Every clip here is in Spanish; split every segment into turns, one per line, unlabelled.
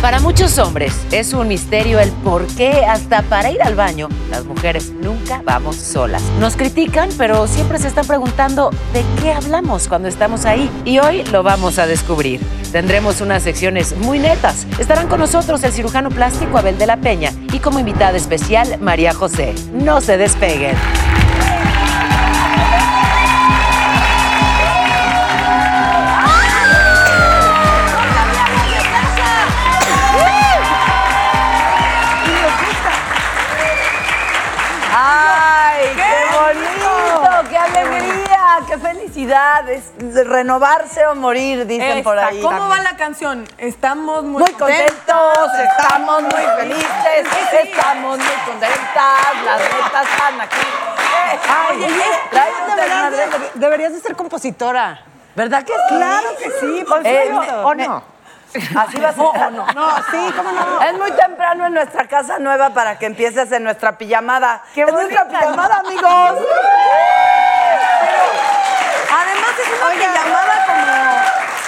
Para muchos hombres es un misterio el por qué hasta para ir al baño las mujeres nunca vamos solas. Nos critican, pero siempre se están preguntando de qué hablamos cuando estamos ahí. Y hoy lo vamos a descubrir. Tendremos unas secciones muy netas. Estarán con nosotros el cirujano plástico Abel de la Peña y como invitada especial María José. No se despeguen.
¡Ay, qué, bonito!
bonito!
¡Qué alegría! ¡Qué felicidad! Es renovarse o morir, dicen por
Esta,
ahí.
¿Cómo va la canción? Estamos muy,
Muy contentos, estamos muy felices, estamos muy contentas, las netas están aquí. Eh,
Ay, oye,
trae un
deberías de-
desmadre.
deberías de ser compositora.
¿Verdad que sí?
Claro que sí, por
Eh,
supuesto.
¿O no? Así va a ser. no.
No, sí, ¿cómo no?
Es muy temprano en nuestra casa nueva para que empieces en nuestra pijamada.
Qué
es nuestra
bonita.
pijamada, amigos.
Además es una llamada como...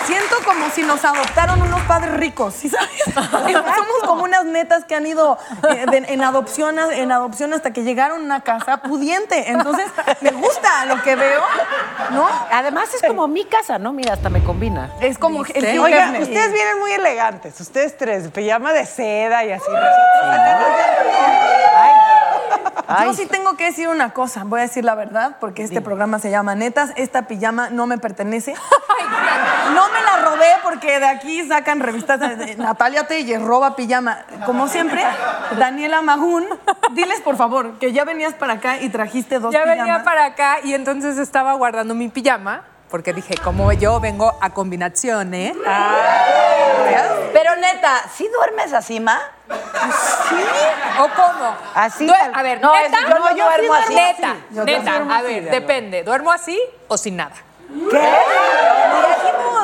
Siento como si nos adoptaron unos padres ricos, ¿sí sabes? Somos como unas netas que han ido eh, de- en, adopción, a- en adopción hasta que llegaron a una casa pudiente. Entonces, me gusta lo que veo, ¿no?
Además es como mi casa, ¿no? Mira, hasta me combina.
Es como el Hugh
Oigan,
Hefner.
ustedes vienen muy elegantes, ustedes tres, pijama de seda y así. nosotros acá
Yo sí tengo que decir una cosa, voy a decir la verdad, porque este programa se llama Netas. Esta pijama no me pertenece. No me la robé porque de aquí sacan revistas. de Natalia Telles roba pijama. Como siempre, Daniela Magún, diles por favor que ya venías para acá y trajiste dos
Ya
pijamas.
venía para acá y entonces estaba guardando mi pijama porque dije, como yo vengo a ¿eh? combinaciones.
Ah.
Pero neta, ¿sí duermes así, ma?
¿O cómo?
Así,
Due-
tal-
a ver,
no,
neta,
es- yo no, yo duermo así.
Neta,
Yo no
neta,
duermo
a ver, depende. ¿Duermo así o sin nada?
¿Qué?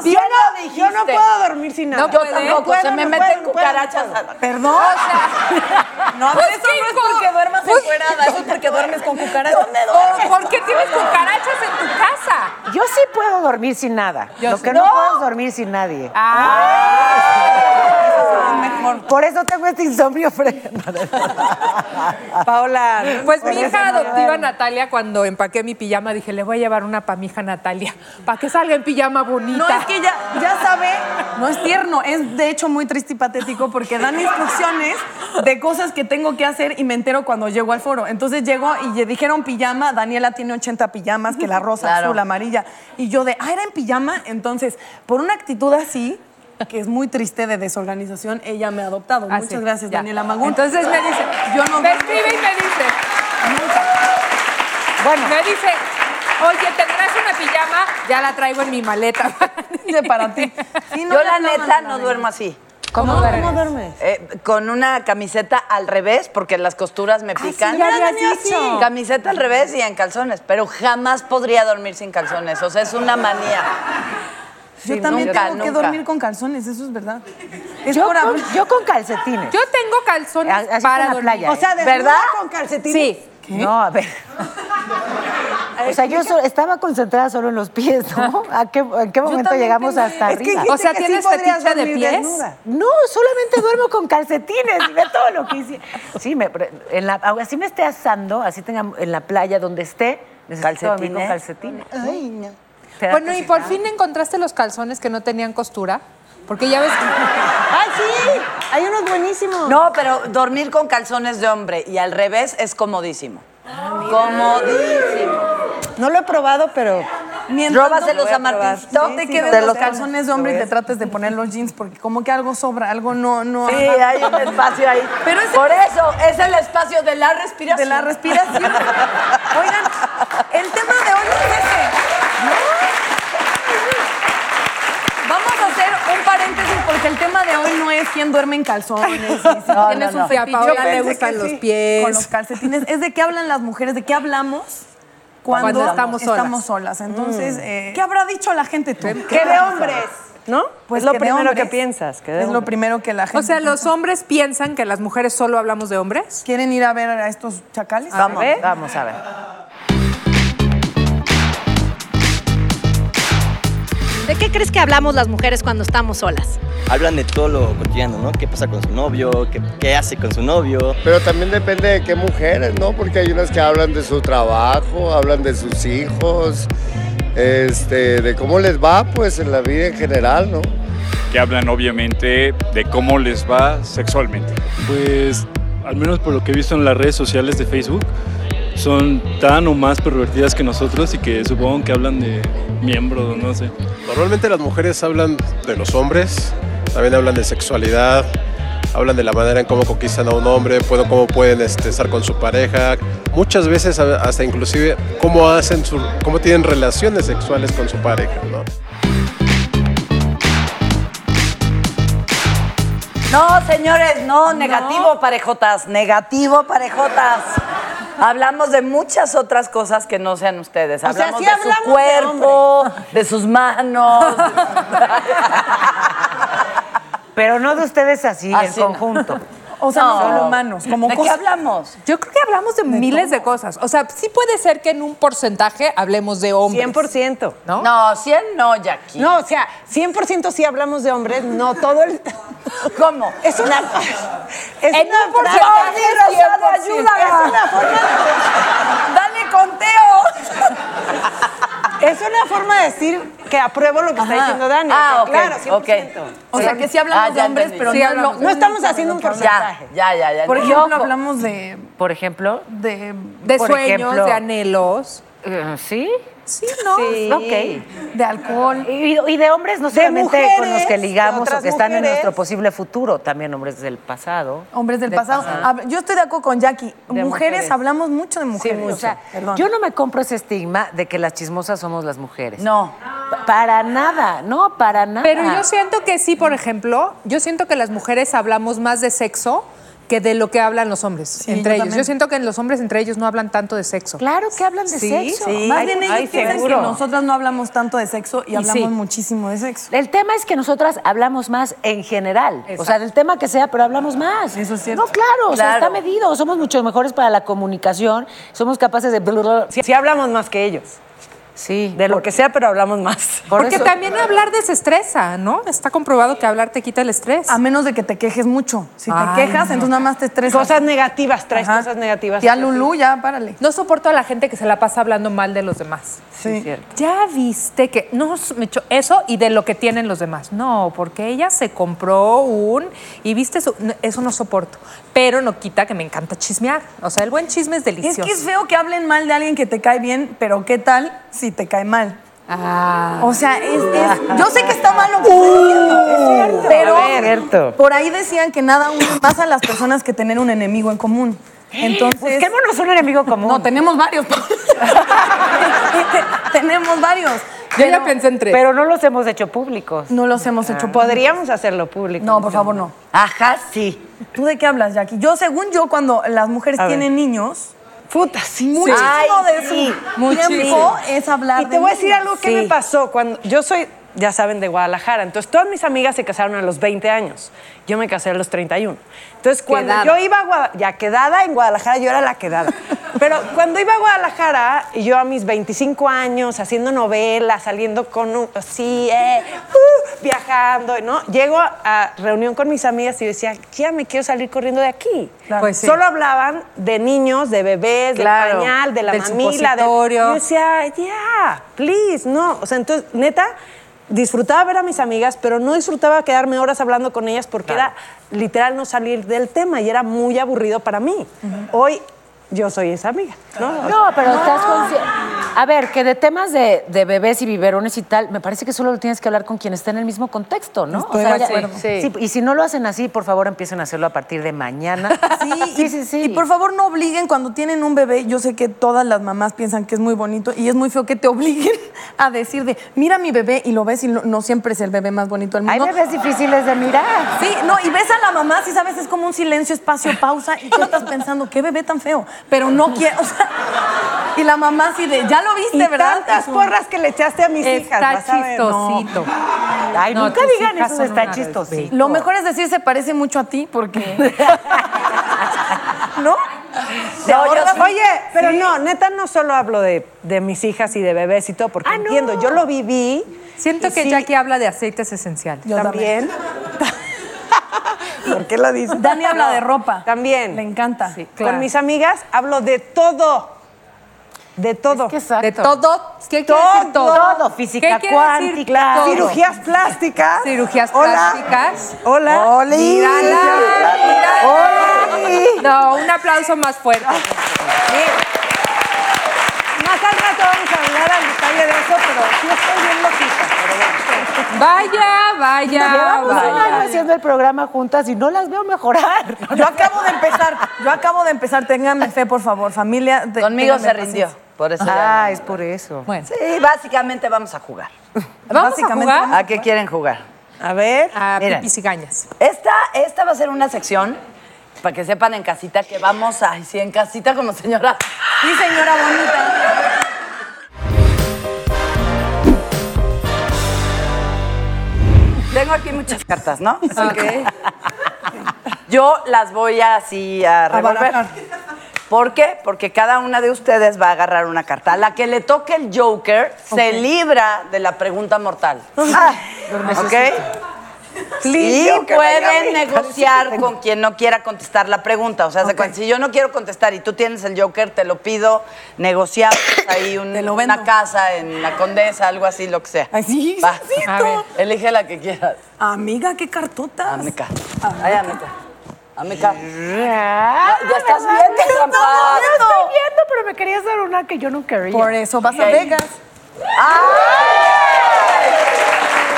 yo, no, yo no puedo dormir sin nada.
No puedes.
puedo,
se me meten
no puedo, no puedo, no
cucarachas.
Perdón.
O sea,
No,
pues,
eso no es
¿qué co-
porque duermas
pues,
encuerada, eso es porque duermes con cucarachas.
¿Dónde
¿O
duermes?
¿Por qué tienes cucarachas en tu casa?
Yo sí puedo dormir sin nada.
Yo
lo
sí. Ah,
que no, puedo es dormir sin nadie.
Ah.
Por eso tengo este insomnio fregado.
Paola. no
Pues
puedes.
mi hija adoptiva Natalia, cuando empaqué mi pijama, dije, le voy a llevar una pa' mi hija Natalia, para que salga en pijama bonita.
No, es que ya, ya sabe, no es tierno, es de hecho muy triste y patético porque dan instrucciones de cosas que tengo que hacer y me entero cuando llego al foro. Entonces llegó y le dijeron pijama, Daniela tiene 80 pijamas, que la rosa,
Claro.
azul, amarilla. Y yo de, ah, era en pijama. Entonces, por una actitud así, que es muy triste de desorganización, ella me ha adoptado.
Ah,
Muchas
sí,
gracias,
ya.
Daniela Magún.
Entonces me dice,
yo no
me
duermo
escribe y
sin-
me dice,
Bueno,
me dice, oye, ¿tendrás una pijama? Ya la traigo en mi maleta.
Dice para ti. Sí, no,
Yo
no,
la
no, no,
neta
no,
no
no.
duermo así.
¿Cómo, duermes?
Eh, con una camiseta al revés, porque las costuras me pican.
sí, ya habías dicho.
Camiseta al revés y en calzones, pero jamás podría dormir sin calzones. O sea, es una manía.
Yo
Sí,
también
nunca,
tengo que
nunca.
dormir con calzones, eso es verdad. Es
yo,
por ab-
con, yo con calcetines.
Yo tengo calzones
Así es
para
en la
dormir.
¿eh?
playa.
O sea, desnuda
¿Verdad?
con calcetines.
Sí.
No, a ver. O sea, yo so- estaba concentrada solo en los pies, ¿no? ¿A qué, en qué momento
también
llegamos
tengo-
hasta
Es que
arriba?
dijiste
O sea,
que sí
¿tienes
podrías
fetiche de
dormir
pies?
desnuda.
No, solamente duermo con calcetines y ve todo lo que hice. Sí, me, pre- en la, así me esté asando, así tenga en la playa donde esté, necesito dormir con calcetines. Te da
Bueno, y por
cosita.
fin encontraste los calzones que no tenían costura. Porque ya ves
¡Ay, sí! Hay unos buenísimos.
No, pero dormir con calzones de hombre y al revés es comodísimo. Comodísimo.
No lo he probado, pero.
Mientras
Róbaselos
no-
a Martín.
No
Sí,
te
sí,
quedes
te
los
los-
calzones de hombre y te trates de poner los jeans porque como que algo sobra, algo no no
Sí,
ajá,
hay un espacio ahí.
Pero ese-
Por eso es el espacio de la respiración.
de la respiración. Oigan, el tema de hoy es ese. Vamos a hacer un paréntesis porque el tema de hoy no es quién duerme en calzones, y si tienes un
no.
fetiche
A Paola
con
le
los
gustan los
calcetines,
pies.
con los calcetines, es de qué hablan las mujeres, de qué hablamos cuando,
Cuando estamos solas.
solas. Entonces,
Mm.
eh, ¿qué habrá dicho la gente tú?
Que de hombres. ¿No?
Pues
es lo
que de
primero
hombres.
que piensas. Que de
es lo
hombres.
primero que la gente.
O sea, los hombres piensan que las mujeres solo hablamos de hombres.
¿Quieren ir a ver a estos chacales?
Vamos,
ver.
vamos a ver.
¿De qué crees que hablamos las mujeres cuando estamos solas?
Hablan de todo lo cotidiano, ¿no? ¿Qué pasa con su novio? ¿Qué, qué hace con su novio?
Pero también depende de qué mujeres, ¿no? Porque hay unas que hablan de su trabajo, hablan de sus hijos, este, de cómo les va, pues, en la vida en general, ¿no?
que hablan obviamente de cómo les va sexualmente.
Pues, al menos por lo que he visto en las redes sociales de Facebook, son tan o más pervertidas que nosotros y que supongo que hablan de miembros, no sé.
Normalmente las mujeres hablan de los hombres, también hablan de sexualidad, hablan de la manera en cómo conquistan a un hombre, puedo- cómo pueden este, estar con su pareja, muchas veces a- hasta inclusive cómo hacen su, cómo tienen relaciones sexuales con su pareja, ¿no?
No, señores, no, negativo, parejotas, negativo, parejotas. Hablamos de muchas otras cosas que no sean ustedes.
sea,
Hablamos
sí
de
hablamos
su
de
cuerpo, de, sus manos.
Pero no de ustedes así,
Así
en
no.
conjunto.
O sea, no,
No.
solo humanos, como
¿De qué
cosas.
hablamos?
Yo creo que hablamos de, miles de cosas. O sea, sí puede ser que en un porcentaje hablemos de hombres.
100%.
¿No?
No, 100 no, Jackie.
No, o sea, 100% sí hablamos de hombres, no todo el...
¿Cómo?
Es una... Es
En
una
un
forma...
porcentaje,
desgraciado,
100%.
ayúdame, Es una forma...
Dale conteo.
Es una forma de decir que apruebo lo que está diciendo Dani.
Ah,
o
ok.
sea, Claro, 100%.
ok.
O sea, que sí hablamos
Ah,
de
ya
hombres,
entendí.
pero
Sí
no, es
hablamos.
lo
No estamos
único de
haciendo
lo
un
que hablamos.
Ya,
porcentaje.
ya, ya, ya.
Por
Y
ejemplo,
ojo,
hablamos de,
Por ejemplo,
de...
De
Por
sueños,
ejemplo.
de anhelos.
eh, ¿sí?
Sí, ¿no?
Sí.
Ok.
De alcohol.
Y, y de hombres, no solamente con los
mujeres,
que
de
ligamos o
otras
que están en
mujeres.
nuestro posible futuro, también hombres del pasado.
Hombres del pasado. A ver, Yo estoy de acuerdo con Jackie. Mujeres,
mujeres.
hablamos mucho de
Sí,
mujeres.
o sea,
Perdón.
yo no me compro ese estigma de que las chismosas somos las mujeres.
No.
Pa- Para nada, no, para nada.
Pero yo siento que sí, por ejemplo, yo siento que las mujeres hablamos más de sexo que de lo que hablan los hombres entre
yo
ellos.
también.
Yo siento que los hombres entre ellos no hablan tanto de sexo.
Claro que hablan de sexo.
Más bien ellos
ay,
piensan
seguro.
que nosotras no hablamos tanto de sexo y, hablamos
sí.
muchísimo de sexo.
El tema es que nosotras hablamos más en general. O sea, del tema que sea, pero hablamos más.
Eso es cierto.
No, claro, o sea,
Claro.
está medido. Somos mucho mejores para la comunicación. Somos capaces de.
Sí, sí hablamos más que ellos.
Sí.
De lo que sea, pero hablamos más.
por
Porque
eso-
también hablar desestresa, ¿no? Está comprobado que hablar te quita el estrés.
A menos de que te quejes mucho. Si
Ay,
te quejas,
no.
entonces nada más te estresas.
Cosas negativas, traes
Ajá.
cosas negativas.
Tía Lulú, ya, párale.
No soporto a la gente que se la pasa hablando mal de los demás.
Sí.
Ya viste que no me cho- eso y de lo que tienen los demás. No, porque ella se compró un y viste su- no, eso no soporto. Pero no quita que me encanta chismear. O sea, el buen chisme es
Es
delicioso.
que es feo que hablen mal de alguien que te cae bien, pero ¿qué tal si te cae mal?
Ah.
O sea, es, es- yo sé que está mal lo que
Uh.
estoy diciendo, pero por ahí decían que nada une más a las personas que tener un enemigo en común. Entonces,
Busquémonos un enemigo común.
no, tenemos varios. tenemos varios.
Yo ya pensé en tres. Ah.
Pero no los hemos hecho públicos.
No los hemos hecho poder.
Podríamos hacerlo público.
No, por favor, no.
Ajá, sí.
¿Tú de qué hablas, Jackie? Yo, según yo, cuando las mujeres tienen niños,
Puta, sí.
muchísimo
Ay,
de su
sí,
tiempo es hablar
Y
de
te voy a decir
niños.
algo que
Sí.
me pasó cuando yo soy, ya saben, de Guadalajara. Entonces, todas mis amigas se casaron a los 20 años. Yo me casé a los 31. Entonces, cuando
Quedada.
yo iba a Guadalajara, ya quedada en Guadalajara, yo era la quedada. Pero cuando iba a Guadalajara, yo a mis 25 años, haciendo novelas, saliendo con un, así, eh, uh, viajando, ¿no? Llego a reunión con mis amigas y yo decía, ya me quiero salir corriendo de aquí.
Claro. Pues sí.
Solo hablaban de niños, de bebés,
Claro.
del pañal, de la
Del
mamila. De...
supositorio.
Yo decía, ya, please, no. O sea, entonces, neta, disfrutaba ver a mis amigas, pero no disfrutaba quedarme horas hablando con ellas porque era literal no salir del tema y era muy aburrido para mí. Hoy yo soy esa amiga, ¿no?
No, pero estás consciente. A ver, que de temas de, de bebés y biberones y tal, me parece que solo lo tienes que hablar con quien está en el mismo contexto, ¿no?
Estoy de
ya-
acuerdo.
sí. Sí, Y si no lo hacen así, por favor, empiecen a hacerlo a partir de mañana.
Sí,
sí,
y-
sí, sí.
Y por favor no obliguen cuando tienen un bebé. Yo sé que todas las mamás piensan que es muy bonito y es muy feo que te obliguen a decir de, mira mi bebé y lo ves y no, no siempre es el bebé más bonito del
Hay
mundo.
bebés difíciles de mirar.
Sí, no, y ves a la mamá, si sabes, es como un silencio, espacio, pausa, y tú estás pensando, qué bebé tan feo, pero no quiero, o sea, y la mamá así de, ya lo viste,
Y
¿verdad?
tantas
Y su-
porras que le echaste a mis
Está
hijas, vas a ver, ¿no?
chistosito.
Ay,
No,
nunca
tus
digan
hijas
eso,
son
está
una
chistosito.
Lo mejor es decir, se parece mucho a ti, porque... ¿No?
No, yo- oye, Ah, pero no, neta, no solo hablo de, de mis hijas y de bebés y todo, porque entiendo, yo lo viví
Siento que Jackie habla de aceites esenciales.
Yo también. ¿Por qué lo dices?
Dani habla de
ropa. También. Le
encanta.
claro.
Con mis amigas hablo de todo. De todo.
De todo. ¿Qué quiere decir todo?
Todo,
física ¿Qué quiere decir
cuántica.
todo?
Cirugías plásticas.
Cirugías
Hola.
plásticas.
Hola. Oli.
Mírala, mírala. No, un aplauso más fuerte.
Más al rato vamos a hablar al detalle de eso, pero sí estoy bien loquita. Pero bueno.
Vaya, vaya.
Llevamos un
vaya.
año haciendo el programa juntas y no las veo mejorar.
Yo acabo de empezar, yo acabo de empezar. Ténganme fe, por favor, familia. te-
Conmigo
ténganme
se rindió.
paciencia.
Por eso
Ah,
ya no.
es por eso.
Bueno.
Sí, básicamente vamos a jugar.
¿Vamos a jugar?
¿A qué quieren jugar?
A ver.
A
Miren.
pipis y gañas.
Esta, esta va a ser una sección, para que sepan en casita que vamos a... Sí, en casita como señora. Sí, señora bonita. Tengo aquí muchas cartas, ¿no? Así que yo las voy así a revolver.
barajar.
¿Por qué? Porque cada una de ustedes va a agarrar una carta. A la que le toque el Joker se libra de la pregunta mortal. Ah, ¿Ok?
Please,
y
Joker, venga,
pueden
venga.
negociar con quien no quiera contestar la pregunta. O sea, se cuenta, si yo no quiero contestar y tú tienes el Joker, te lo pido, negociamos ahí un- una casa en la Condesa, algo así, lo que sea.
Así,
Va.
sí,
A ver, Elige la que quieras.
Amiga, qué cartota.
Amica. Ay, amica. Amica. Ya ya estás viendo,
No,
trampa.
no estoy viendo, pero me querías dar una que yo no quería.
Por eso vas a
Ok.
Vegas.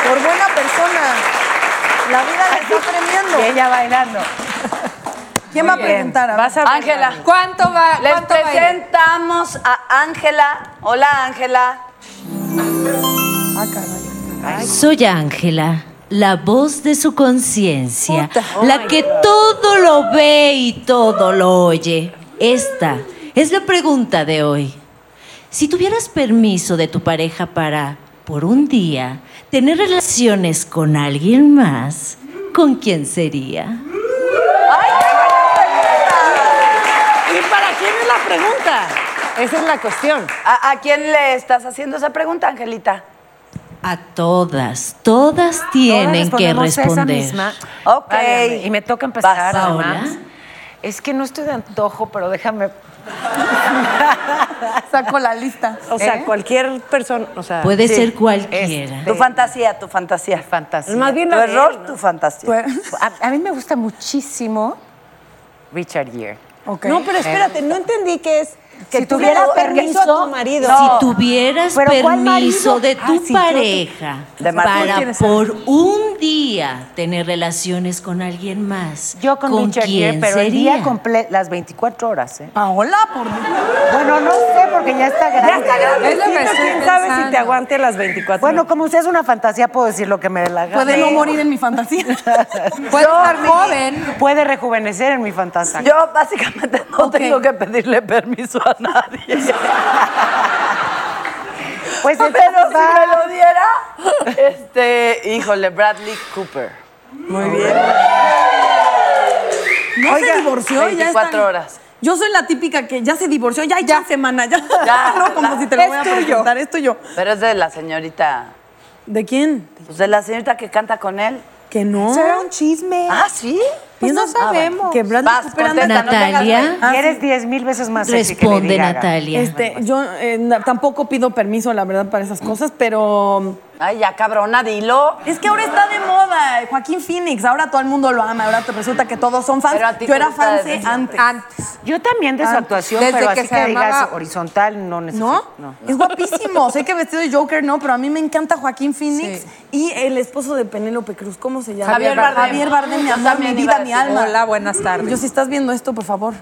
Por buena persona. La vida la está premiando.
Y ella bailando.
¿Quién va a preguntar? A ver.
Ángela.
¿Cuánto va?
Les
cuánto va a ir?
presentamos a Ángela. Hola, Ángela.
Ah,
Soy Ángela, la voz de su conciencia, la que todo lo ve y todo lo oye. Esta es la pregunta de hoy. Si tuvieras permiso de tu pareja para, por un día, tener relaciones con alguien más, ¿con quién sería?
¿Y para quién es la pregunta? Esa es la cuestión.
¿A, a quién le estás haciendo esa pregunta, Angelita?
A todas, todas tienen que
respondemos esa
responder.
misma.
Ok.
Válgame, Y me toca empezar,
Vas.
además. Es que no estoy de antojo, pero déjame.
Saco la lista.
O sea,
¿eh?
¿Eh?
cualquier persona. O sea,
Puede
Sí.
ser cualquiera.
Tu fantasía, tu fantasía.
Fantasía.
Más bien
Tu
la de él,
error,
¿no? Pues.
tu fantasía.
A, a mí me gusta muchísimo Richard Gere.
Ok.
No, pero espérate, no entendí que es. Que
Si
tuvieras
tuvieras
permiso a
permiso,
tu marido.
No.
Si tuvieras
¿Pero cuál marido?
permiso de
Ah,
tu
sí, yo-
pareja
De marido. ¿Quién
para
es?
por un día tener relaciones con alguien más,
Yo con, Richard Gere,
quién
pero el
sería?
día completo, las 24 horas, ¿eh?
Paola, por Dios.
Bueno, no sé, porque ya está grande.
Ya está grande.
Es lo que
¿Quién
estoy
sabe si te
pensando.
aguante las 24?
Bueno, como si es una fantasía, puedo decir lo que me dé la gana.
Puede no morir en mi fantasía.
Puede estar joven.
Puede rejuvenecer en mi fantasía.
Yo básicamente no
Ok.
tengo que pedirle permiso a nadie.
Pues
Pero si
entonces va.
me lo diera, este, híjole, Bradley Cooper.
muy bien.
No
Oiga,
se divorció y ya está.
24 horas.
Yo soy la típica que ya se divorció, ya hay ya semana, ya.
Ya,
no, como
ya.
si te lo
Es
voy a
tuyo.
presentar, es tuyo.
Pero es de la señorita,
¿De quién?
pues de la señorita que canta con él.
Que no.
Será un chisme.
Ah, ¿sí. Ah,
Pues no sabemos. Que Bradley
Vas,
Cooper anda-
contesta, no te hagas,
Natalia.
güey.
Ah,
Eres
sí.
diez mil veces más sexy que Lady
Responde
Gaga.
Natalia.
Este, yo eh, na- tampoco pido permiso, la verdad, para esas cosas, pero um,
Ay, ya cabrona, dilo.
es que ahora está de moda. eh, Joaquín Phoenix, ahora todo el mundo lo ama, ahora te resulta que todos son fans.
Pero a ti
Yo
te
era
gusta
fan
desde
antes.
Antes.
Yo también de su
Ah,
actuación,
desde
pero
que
así
se
que digas
llamaba-
horizontal no
¿No?
necesito. No.
Es guapísimo. sé que vestido de Joker no, pero a mí me encanta Joaquín Phoenix
Sí.
y el esposo de Penélope Cruz, ¿cómo se llama?
Javier Bardem.
Javier Bardem, mi
Yo
amor, mi
también iba a
vida, mi
decir.
alma.
Hola, buenas tardes.
Yo, si estás viendo esto, por favor,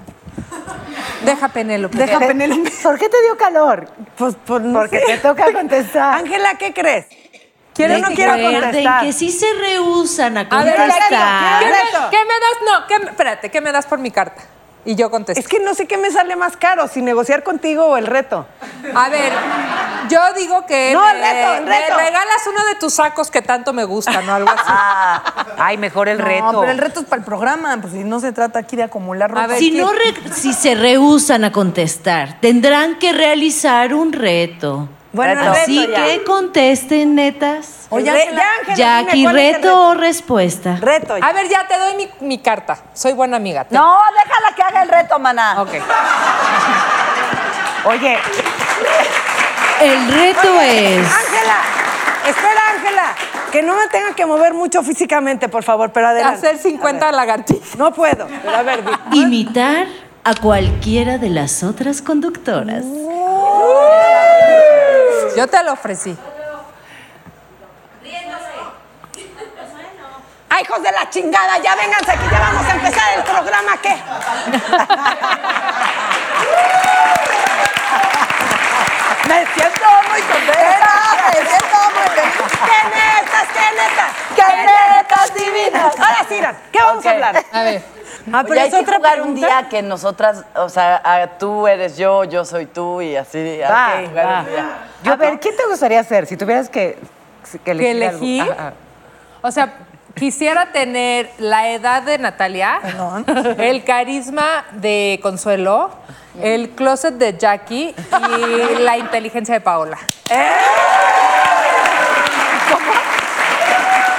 Deja Penélope.
deja a Penélope.
¿Por qué te dio calor?
Pues, pues, no
Porque
sé.
te toca contestar.
Ángela, ¿qué crees?
Quiero o no quiero
Recuerden
contestar.
que si se rehusan a
A ver,
contestar.
¿qué me, qué me das? No, ¿qué me- espérate, ¿qué me das por mi carta? Y yo contesto.
Es que no sé qué me sale más caro, si negociar contigo o el reto.
A ver, yo digo que
No,
me,
el reto, el
me
reto.
regalas uno de tus sacos que tanto me gustan o algo así.
Ay, mejor el reto.
No, pero el reto es para el programa, pues si no se trata aquí de acumular ropa.
A ver,
Si,
¿qué?
no re- si se rehusan a contestar, tendrán que realizar un reto. Bueno,
Reto.
así
Reto ya.
que contesten, netas.
Oye,
Re-
Ángela- ya, Ángela,
Jackie,
dime, ¿cuál es el
reto o respuesta.
Reto. A ver, ya te doy mi, mi carta. Soy buena amiga. Ten.
No, déjala que haga el reto, maná.
Ok.
Oye.
El reto es.
Ángela, espera, Ángela, que no me tenga que mover mucho físicamente, por favor, pero adelante.
Hacer 50 lagartijas.
No puedo, pero a ver, di.
Imitar a cualquiera de las otras conductoras.
Yo te lo ofrecí.
¡Ay, hijos de la chingada! Ya vénganse aquí, ya vamos a empezar el programa, ¿qué?
Me siento muy contenta. Me siento muy feliz.
¡Qué netas, qué netas!
¡Qué netas divinas!
Ahora sí, Iran, ¿qué vamos a
Ok.
hablar?
A ver.
Ah, pero
Oye, hay
es
que
otra
jugar un
pregunta.
día que nosotras, o sea, ah, tú eres yo, yo soy tú y así. hay
Va,
que jugar
va.
un día.
Yo, a ver, ¿quién te gustaría ser si tuvieras que, que elegir? algo?
elegí?
Ajá.
O sea, quisiera tener la edad de Natalia, el carisma de Consuelo, el closet de Jackie y la inteligencia de Paola.
¡Eh!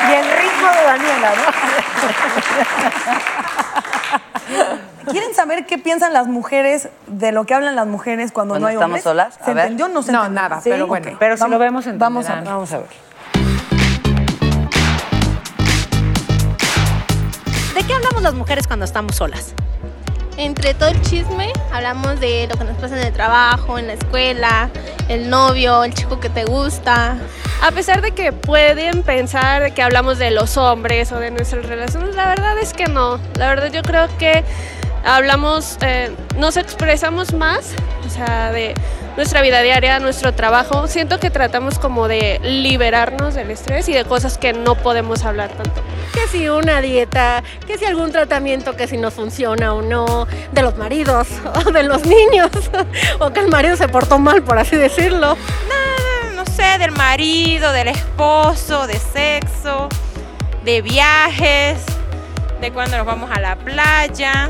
Y el ritmo de Daniela,
¿Quieren saber qué piensan las mujeres de lo que hablan las mujeres cuando
Bueno,
no hay
¿estamos
hombres?
solas?
¿Se
A ver.
entendió? No se
No,
entendió.
nada,
¿Sí?
pero bueno.
Ok.
Pero si
Vamos-
lo vemos, entenderán.
Vamos a ver.
Vamos a ver.
¿De qué hablamos las mujeres cuando estamos solas?
Entre todo el chisme hablamos de lo que nos pasa en el trabajo, en la escuela, el novio, el chico que te gusta. A pesar de que pueden pensar que hablamos de los hombres o de nuestras relaciones, la verdad es que no. La verdad yo creo que hablamos, eh, nos expresamos más, o sea, de nuestra vida diaria, nuestro trabajo. Siento que tratamos como de liberarnos del estrés y de cosas que no podemos hablar tanto.
Que si una dieta, que si algún tratamiento que si nos funciona o no, de los maridos o de los niños, o que el marido se portó mal, por así decirlo.
no sé, del marido, del esposo, de sexo, de viajes, de cuando nos vamos a la playa.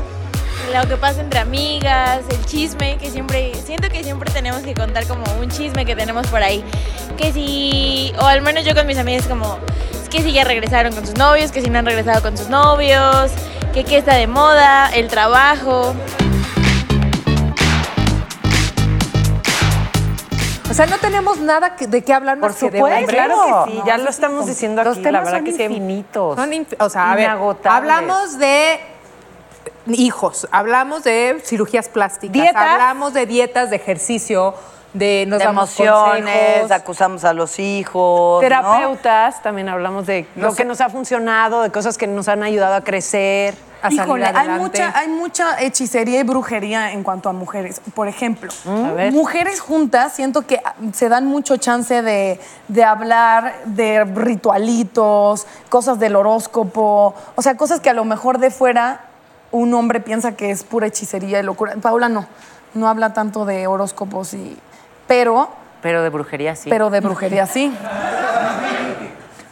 Lo que pasa entre amigas, el chisme, que siempre, siento que siempre tenemos que contar como un chisme que tenemos por ahí. Que si, o al menos yo con mis amigas como, es que si ya regresaron con sus novios, que si no han regresado con sus novios, que qué está de moda, el trabajo.
O sea, no tenemos nada que- de qué hablar más que de hombres.
Claro que sí, ya lo estamos diciendo
Los
aquí, la
temas
verdad
son
que sí. infinitos.
Son inf- o sea, a ver,
Inagotables.
hablamos de hijos, hablamos de cirugías plásticas, hablamos de dietas, de ejercicio, de nos
De
damos
emociones,
consejos.
acusamos a los hijos. ¿no?
Terapeutas, también hablamos de lo que nos ha funcionado, de cosas que nos han ayudado a crecer, a
Híjole,
salir
hay
adelante.
mucha, hay mucha hechicería y brujería en cuanto a mujeres. Por ejemplo,
A ver.
mujeres juntas siento que ah, se dan mucho chance de, de hablar de ritualitos, cosas del horóscopo, o sea, cosas que a lo mejor de fuera un hombre piensa que es pura hechicería y locura. Paula no, no habla tanto de horóscopos y... Pero,
Pero de brujería sí.
pero de brujería sí.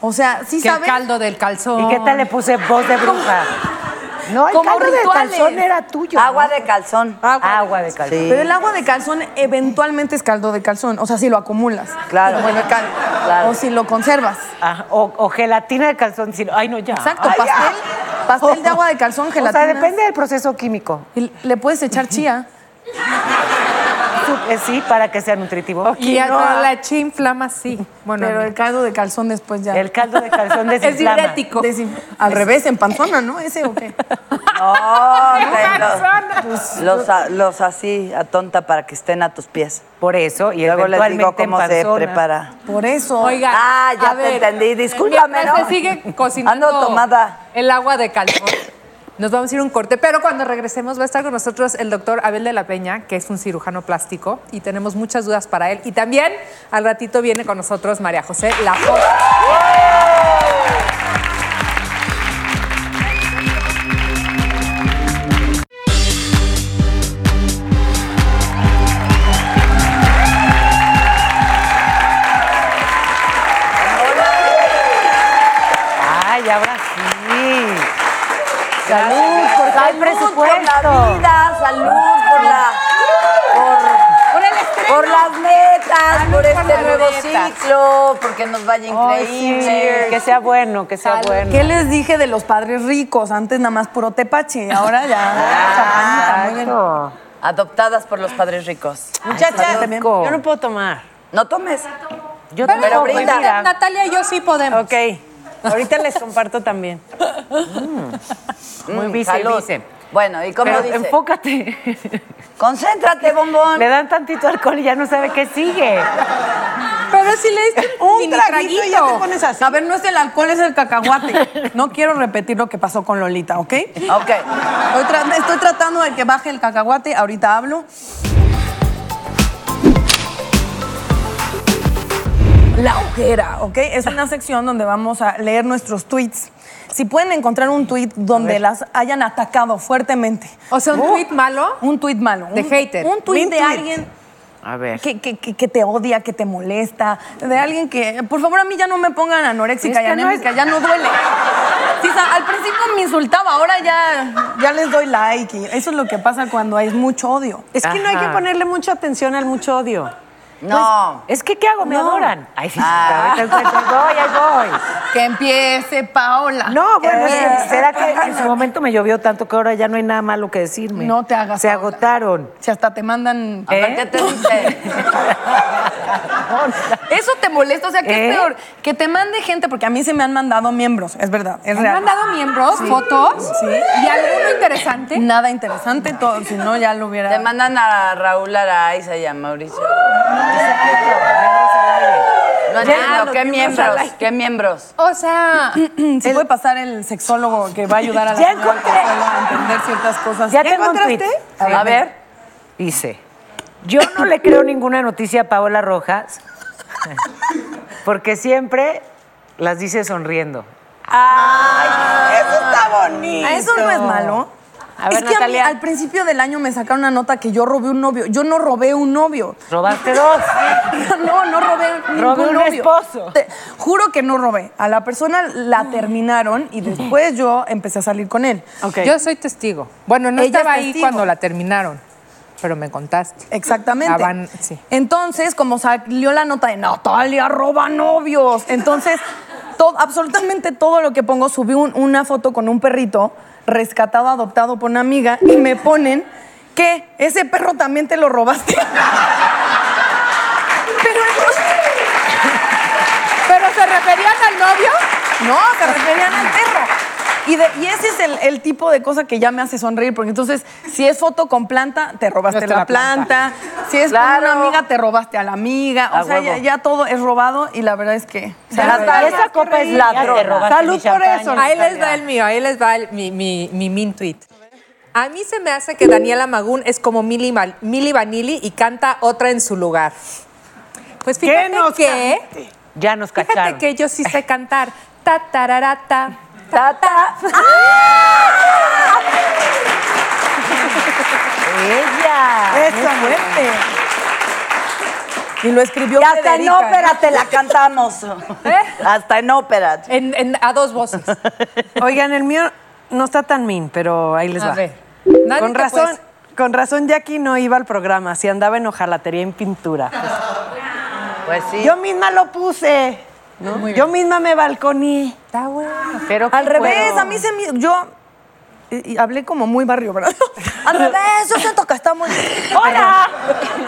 O sea, sí
que el
sabe.
caldo del calzón.
¿Y qué tal le puse voz de bruja? No, el
Como
caldo
rituales.
de calzón era tuyo.
Agua de calzón.
Agua, de calzón.
Pero el agua de calzón eventualmente es caldo de calzón. O sea, si lo acumulas.
Claro.
Bueno, el cal- O si lo conservas.
Ah, o, o gelatina de calzón. si no- Ay, no, ya.
Exacto,
Ay, ya.
pastel, pastel de agua de calzón, gelatina.
O sea, depende del proceso químico.
Y le puedes echar chía.
Su- eh, Sí, para que sea nutritivo.
Y a toda la chinflama sí. Bueno,
pero
a mí.
el caldo de calzón después ya.
El caldo de calzón
es
desinflama.
diurético.
Desin- Al revés, en panzona, ¿no? Ese o qué.
No, te-
Pues,
los, los, a- los así, a tonta, para que estén a tus pies.
Por eso, y
Luego les digo
eventualmente en
cómo se
panzona.
prepara.
Por eso.
Oiga,
Ah, ya te
a ver,
entendí. Discúlpame,
mientras
¿no?
se sigue cocinando
Ando tomada.
el agua de calzón. Nos vamos a ir a un corte, pero cuando regresemos va a estar con nosotros el doctor Abel de la Peña, que es un cirujano plástico, y tenemos muchas dudas para él. Y también al ratito viene con nosotros María José La
Ay, ahora sí.
Salud, por
hay presupuesto.
Por la vida, salud, por la. Por, por las Felicidades por este nuevo ciclo, porque nos vaya increíble.
Que sea bueno, que sea bueno.
¿Qué les dije de los padres ricos? Antes nada más puro tepache, ahora ya.
Exacto. Adoptadas por los padres ricos.
Muchachas, yo no puedo tomar.
No tomes.
Yo
Pero
tampoco,
brinda.
mira.
Natalia y yo sí podemos.
Ok. Ahorita les comparto también. Muy
Mm,
vice,
salud.
vice.
Bueno, ¿y cómo
Pero
dice?
Enfócate.
Concéntrate, bombón.
Le dan tantito alcohol y ya no sabe qué sigue.
Pero si le diste
Un traguito y ya te pones así. A ver, no es el alcohol, es el cacahuate. No quiero repetir lo que pasó con Lolita, ¿ok?
Ok.
Estoy, tra- estoy tratando de que baje el cacahuate, ahorita hablo. La ojera, ¿ok? Es una sección donde vamos a leer nuestros tweets. Si pueden encontrar un tweet donde las hayan atacado fuertemente.
O sea, un
Oh.
tweet malo.
Un tweet malo.
De
un,
hater.
Un tweet
Mean
de
tweet.
alguien
A ver.
que, que- que- que te odia, que te molesta, de alguien que, por favor, a mí ya no me pongan anoréxica
Es
y
que no
anémica, ya no duele. Sí, o sea, al principio me insultaba, ahora ya, ya les doy like. y eso es lo que pasa cuando hay mucho odio.
Es que no hay que ponerle mucha atención al mucho odio.
No.
es que, ¿qué hago? ¿Me adoran? Ay, sí,
Ah.
ahorita encuentro, ahí voy, ahí voy.
Que empiece Paola.
No, bueno, es que será que en su momento me llovió tanto que ahora ya no hay nada malo que decirme.
No te hagas.
Se agotaron.
Si hasta te mandan.
A ver, ¿qué te dice?
Eso te molesta, o sea, ¿qué
Pues, ¿Eh?
es peor? Que te mande gente, porque a mí se me han mandado miembros, es verdad, es
¿Han
real.
mandado miembros, fotos?
Sí.
¿Y alguno interesante?
Nada interesante, todo, si no ya lo hubiera...
Te mandan a Raúl Araiza y a Mauricio. No
Ya,
entiendo,
los
¿qué
miembros
miembros?
al aire.
¿Qué miembros?
O sea,
Si puede pasar el sexólogo que va a ayudar a la
Ya
señora
encontré.
que solo a entender ciertas cosas.
Ya tengo un tweet.
A ver,
Dice, yo no le creo ninguna noticia a Paola Rojas porque siempre las dice sonriendo.
Eso está bonito. Eso no es malo.
A ver,
es que a mí,
Natalia.
al principio del año me sacaron una nota que yo robé un novio. Yo no robé un novio.
Robaste dos.
No, no robé ningún
Robé un
novio.
esposo.
Te- juro que no robé. A la persona la terminaron y después yo empecé a salir con él.
yo soy testigo. Bueno, no
Ella
estaba
es
ahí
testigo.
cuando la terminaron, pero me contaste.
Exactamente.
Haban- sí.
Entonces, como salió la nota de Natalia roba novios, entonces to- absolutamente todo lo que pongo, subí un- una foto con un perrito rescatado, adoptado por una amiga y me ponen que ese perro también te lo robaste. Pero
¿Pero se referían al novio?
No, se referían al perro. Y, de- y ese es el, el tipo de cosa que ya me hace sonreír, porque entonces, si es foto con planta, te robaste
Robaste
la,
la
planta.
planta.
Si es con una amiga, te robaste a la amiga. O
A
sea, ya,
huevo.
ya todo es robado y la verdad es que.
Natalia, esa copa es ladrona. Salud por eso.
Ahí les va el mío, ahí les va el- mi, mi, mi min tweet. A mí se me hace que Daniela Magún es como Mili, Mal- Mili Vanilli y canta otra en su lugar. Pues fíjate
nos
que,
Ya nos
fíjate
cacharon.
que yo sí sé cantar. Ta, tararata, ta, ta.
Ella.
Esa muerte. Y lo escribió.
Y hasta en
Federica,
ópera te la cantamos. Hasta en ópera.
¿Eh? En- en- a dos voces.
Oigan, el mío no está tan min, pero ahí les
A
va.
ver. Nadie
Con
te
razón,
puede-
con razón Jackie no iba al programa, si andaba en hojalatería en pintura.
Pues sí.
Yo misma lo puse. ¿no? Yo misma me balconí.
Está bueno.
Pero
Al revés, a mí se me. Yo. y- y hablé como muy barrio, ¿verdad? Al revés, yo siento que estamos.
¡Hola!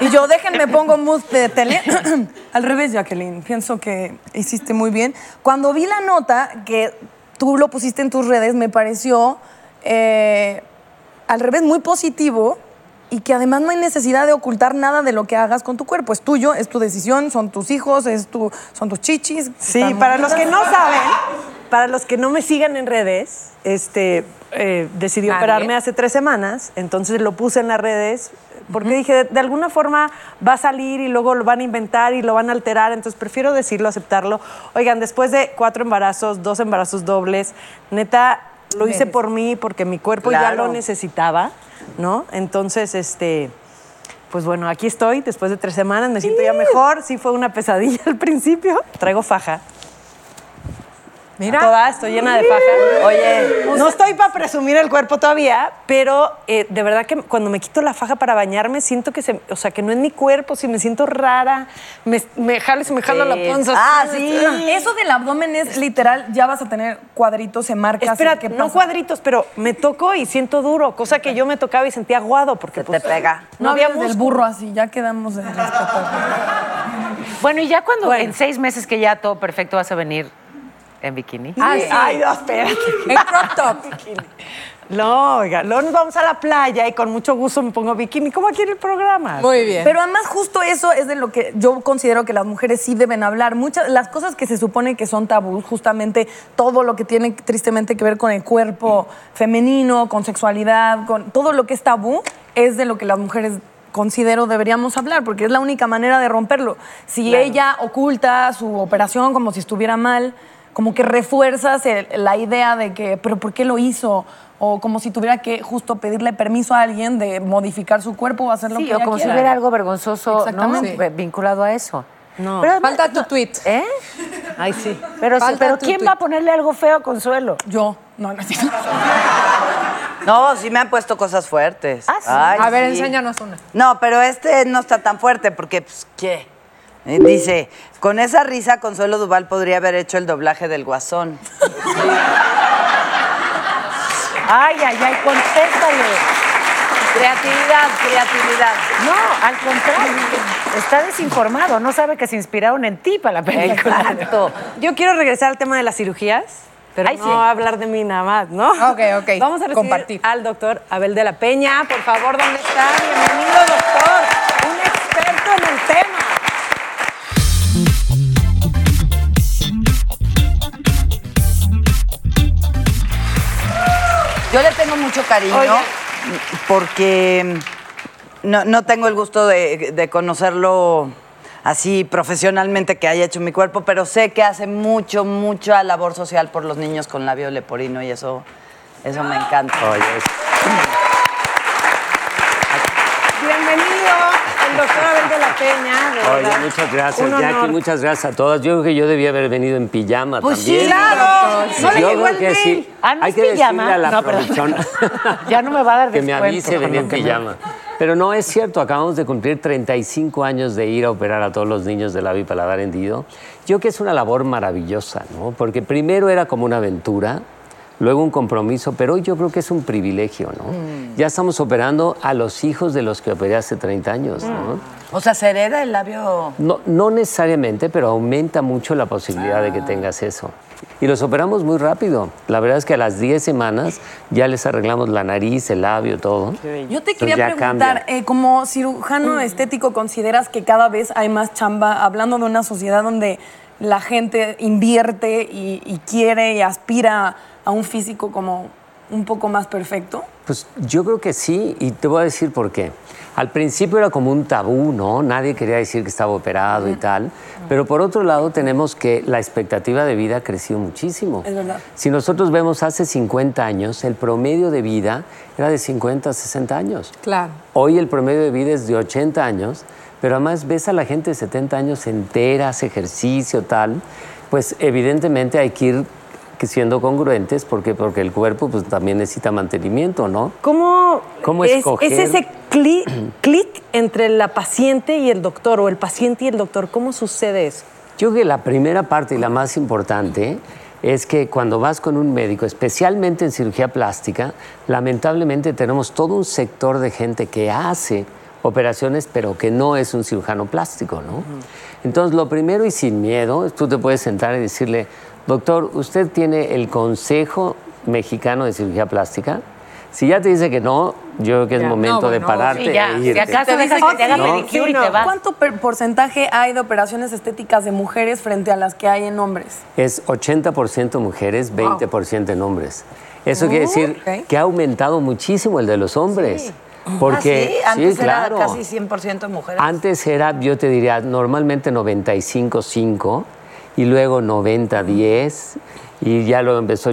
Y yo, déjenme pongo mood de tele. Al revés, Jacqueline, pienso que hiciste muy bien. Cuando vi la nota que tú lo pusiste en tus redes, me pareció eh, al revés muy positivo y que además no hay necesidad de ocultar nada de lo que hagas con tu cuerpo. Es tuyo, es tu decisión, son tus hijos, es tu, son tus chichis.
Sí,
Están
para
muy
los que no saben, para los que no me sigan en redes, este, eh, decidí
A
operarme
ver.
hace tres semanas, entonces lo puse en las redes porque dije, de, de alguna forma va a salir y luego lo van a inventar y lo van a alterar, entonces prefiero decirlo, aceptarlo. Oigan, después de cuatro embarazos, dos embarazos dobles, neta, lo hice por mí porque mi cuerpo ya
Claro.
lo necesitaba, ¿no? Entonces, este... Pues bueno, aquí estoy, después de tres semanas me siento ya mejor. Sí fue una pesadilla al principio. Traigo faja. Mira. Toda, estoy llena de faja. Oye, no estoy para presumir el cuerpo todavía, pero eh, de verdad que cuando me quito la faja para bañarme, siento que se, o sea, que no es mi cuerpo, si me siento rara, me, me jalo y se me jala la panza.
Ah, sí. Eso del abdomen es literal, ya vas a tener cuadritos, se marca.
Espera, no cuadritos, pero me toco y siento duro, cosa que yo me tocaba y sentía aguado porque pues,
te pega. No, había del burro así, ya quedamos de
Bueno, y ya cuando en seis meses que ya todo perfecto vas a venir en bikini.
Ah,
Ay, ay, no, espérate. En crop top. No, oiga, luego nos vamos a la playa y con mucho gusto me pongo bikini. ¿Cómo aquí en el programa?
Pero además justo eso es de lo que yo considero que las mujeres sí deben hablar. Muchas, las cosas que se supone que son tabú, justamente todo lo que tiene tristemente que ver con el cuerpo femenino, con sexualidad, con todo lo que es tabú, es de lo que las mujeres considero deberíamos hablar, porque es la única manera de romperlo. Si ella oculta su operación como si estuviera mal, como que refuerzas el- la idea de que, pero ¿por qué lo hizo? O como si tuviera que justo pedirle permiso a alguien de modificar su cuerpo o hacer lo
Sí,
que
o
ella
como si
quiera.
hubiera algo vergonzoso ¿no?
Exactamente.
Ve- vinculado a eso.
No.
Falta tu tweet. ¿Eh?
Ay, sí.
Pero, sí,
Falta
pero
tu
¿quién
tuit.
va a ponerle algo feo a Consuelo?
Yo. No, no es cierto.
No, sí me han puesto cosas fuertes.
Ah, sí.
Ay,
a ver,
sí.
enséñanos una.
No, pero este no está tan fuerte porque, pues, ¿qué? Eh, Dice, con esa risa Consuelo Duval podría haber hecho el doblaje del Guasón.
Ay, ay, ay, contéstale.
Creatividad, creatividad.
No, al contrario. Está desinformado, no sabe que se inspiraron en ti para la película.
Exacto. Yo quiero regresar al tema de las cirugías, pero
Ay,
no
sí.
hablar de mí nada más, ¿no? Ok, ok. Vamos a recibir
Compartir.
al doctor Abel de la Peña. Por favor, ¿dónde está? Bienvenido, doctor. Un experto en el tema.
Yo le tengo mucho cariño
Oiga.
porque mm, no, no tengo el gusto de, de conocerlo así profesionalmente que haya hecho mi cuerpo, pero sé que hace mucho, mucha labor social por los niños con labio leporino y eso, eso me encanta.
Bienvenido, el doctor Abel de la Peña. de
Oye,
verdad.
muchas gracias,
Un honor.
Jackie, muchas gracias a todas. Yo creo que yo debía haber venido en pijama
Pues sí,
también.
claro. No le
yo
llegó
creo
el
que
mail.
sí.
Ah, ¿no
Hay
es
que
pijama?
decirle a la
No, perdón.
producción
Ya no me va a dar
que me
descuento
avise
por
venir en
lo que me-
pijama. Pero no es cierto, acabamos de cumplir 35 años de ir a operar a todos los niños de labio y paladar hendido. Yo creo que es una labor maravillosa, ¿no? Porque primero era como una aventura, luego un compromiso, pero hoy yo creo que es un privilegio, ¿no?
Mm.
Ya estamos operando a los hijos de los que operé hace 30 años,
Mm.
¿no?
O sea, se hereda el labio.
No, no necesariamente, pero aumenta mucho la posibilidad de que tengas eso. Y los operamos muy rápido. La verdad es que a las 10 semanas ya les arreglamos la nariz, el labio, todo.
Yo te
Entonces
quería
ya
preguntar,
cambia.
eh, como
Mm.
cirujano estético, ¿consideras que cada vez hay más chamba, hablando de una sociedad donde la gente invierte y, y quiere y aspira a un físico como un poco más perfecto?
Pues yo creo que sí, y te voy a decir por qué. Al principio era como un tabú, ¿no? Nadie quería decir que estaba operado y tal. Pero por otro lado tenemos que la expectativa de vida ha crecido muchísimo.
Es verdad.
Si nosotros vemos hace 50 años, el promedio de vida era de 50 a 60 años.
Claro.
Hoy el promedio de vida es de 80 años, pero además ves a la gente de 70 años entera, hace ejercicio, tal. Pues evidentemente hay que ir que siendo congruentes porque, porque el cuerpo pues, también necesita mantenimiento, ¿no?
¿Cómo,
¿Cómo
es,
escoger?
es ese cli- clic entre la paciente y el doctor o el paciente y el doctor? ¿Cómo sucede eso?
Yo creo que la primera parte y la más importante es que cuando vas con un médico, especialmente en cirugía plástica, lamentablemente tenemos todo un sector de gente que hace operaciones pero que no es un cirujano plástico, ¿no? Entonces, lo primero y sin miedo, tú te puedes sentar y decirle, doctor, usted tiene el Consejo Mexicano de Cirugía Plástica. Si ya te dice que no, yo creo que es
Ya,
momento
no,
de
bueno,
pararte.
sí, ya.
e
Si
irte.
acaso
Te dejas que te haga
¿No?
pedicure y te vas.
¿Cuánto per- porcentaje hay de operaciones estéticas de mujeres frente a las que hay en hombres?
es 80% mujeres, 20% en hombres. Eso quiere
Oh,
decir
ok.
que ha aumentado muchísimo el de los hombres. Porque,
Ah, sí, antes
sí, claro.
era casi 100% mujeres.
Antes era, yo te diría, normalmente 95-5 y luego 90-10 y ya luego empezó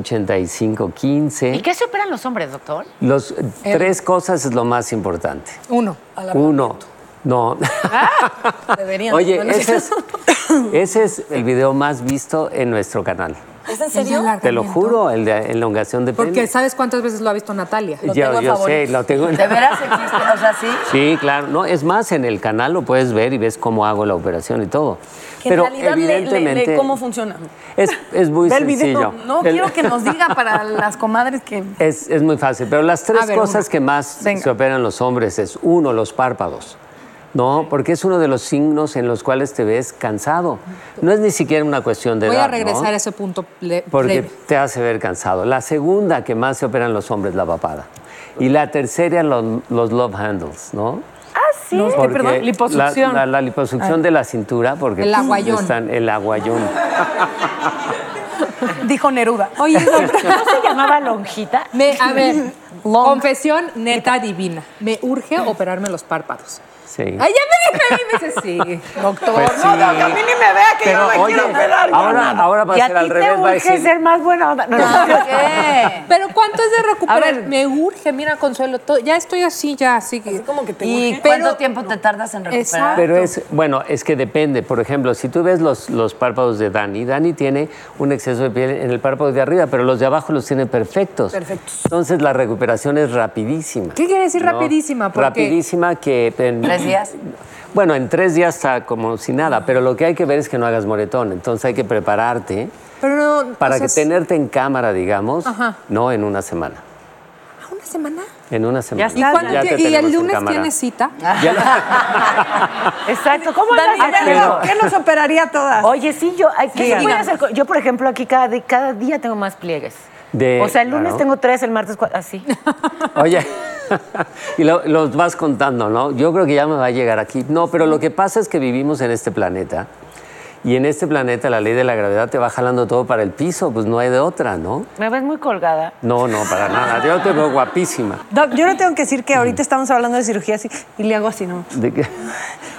85-15.
¿Y qué se operan los hombres, doctor?
Los
Eh.
tres cosas es lo más importante.
Uno.
Uno, no.
Deberían.
Oye,
¿no?
ese es, ese es el video más visto en nuestro canal.
¿Es en serio?
Ah,
Te lo juro, el de elongación de
Porque
pene.
¿sabes cuántas veces lo ha visto Natalia?
Yo- yo sé, lo tengo en-
¿De veras existe? O sea, sí.
Sí, claro. No, es más, en el canal lo puedes ver y ves cómo hago la operación y todo.
Que
Pero
en realidad le- le- le-
evidentemente
cómo funciona.
es, es muy
Ve el
sencillo.
video. No,
El-
quiero que nos diga para las comadres que...
Es, es muy fácil, pero las tres
A ver,
cosas
una.
que más
Venga.
se operan los hombres es, uno, los párpados. No, porque es uno de los signos en los cuales te ves cansado. No es ni siquiera una cuestión de
Voy
edad,
a
¿no?
regresar a ese punto. ple-
Porque
previo.
te hace ver cansado. La segunda que más se operan los hombres, la papada. Y la tercera, lo- los love handles, ¿no?
Ah, sí.
Porque
perdón.
la-
Liposucción.
La, la liposucción
Ah.
de la cintura, porque
El
pues,
aguayón.
están- el aguayón.
Dijo Neruda.
Oye, no,
¿No se llamaba lonjita?
Me- a ver, confesión neta divina. Me urge operarme los párpados.
Sí.
Ay, ya me dije, y me dice, sí, doctor.
Pues
No,
sí.
no, que a mí ni me vea que
Pero,
yo me quiero
oye,
operar.
Ahora,
carnal.
ahora va a ser al revés. va a decir,
más buena onda. Pero ¿cuánto es de recuperar? Me urge, mira, Consuelo, todo- ya estoy así, ya, así que... como que te
¿Y cuánto tiempo te tardas en recuperar?
Pero es, bueno, es que depende. Por ejemplo, si tú ves los, los párpados de Dani, Dani tiene un exceso de piel en el párpado de arriba, pero los de abajo los tiene perfectos.
Perfectos.
Entonces la recuperación es rapidísima.
¿Qué quiere decir
¿no?
rapidísima? Porque
Rapidísima que...
¿Tres
En,
días?
Bueno, en tres días está como si nada, pero lo que hay que ver es que no hagas moretón. Entonces hay que prepararte
Pero no,
para
o sea,
que tenerte en cámara, digamos,
Ajá.
no en una semana.
¿a ¿Una semana?
En una semana.
¿Y, cuándo
Ya
tie-
te
y el
tenemos en
lunes
cámara.
tienes cita?
Exacto. ¿Cómo
Dani,
las-
a ver,
Pero-
¿qué nos
operaría a todas? Oye, sí, yo, ay, ¿qué
Sí,
se puede
dígame.
hacer con- yo, por ejemplo, aquí cada, di- cada día tengo más pliegues.
De-
o sea, el lunes
claro.
tengo tres, el martes cuatro, así.
Oye, y lo- los vas contando, ¿no? Yo creo que ya me va a llegar aquí. No, pero lo que pasa es que vivimos en este planeta y en este planeta la ley de la gravedad te va jalando todo para el piso, pues no hay de otra, ¿no?
Me ves muy colgada.
No, no, para nada. Yo te veo guapísima.
Doc, yo le tengo que decir que ahorita estamos hablando de cirugía así y le hago así, ¿no?
¿De qué?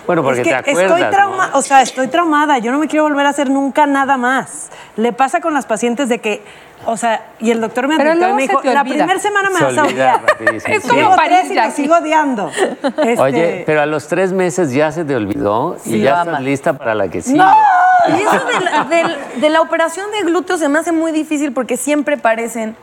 Bueno, porque
Es que
te acuerdas.
estoy trauma, o sea, estoy traumada, yo no me quiero volver a hacer nunca nada más. Le pasa con las pacientes de que, o sea, y el doctor me
Pero
advirtió y
luego
me
se
dijo,
te
la
olvida".
primera semana me
Se
vas a
olvida
odiar.
rapidísimo, sí.
como París,
París,
y
ya
la sigo odiando. Este,
Oye, pero a los tres meses ya se te olvidó y
Sí,
ya
lo
estás
amas.
lista para la que sigue.
¡No! Y eso de la, del- de la operación de glúteos se me hace muy difícil porque siempre parecen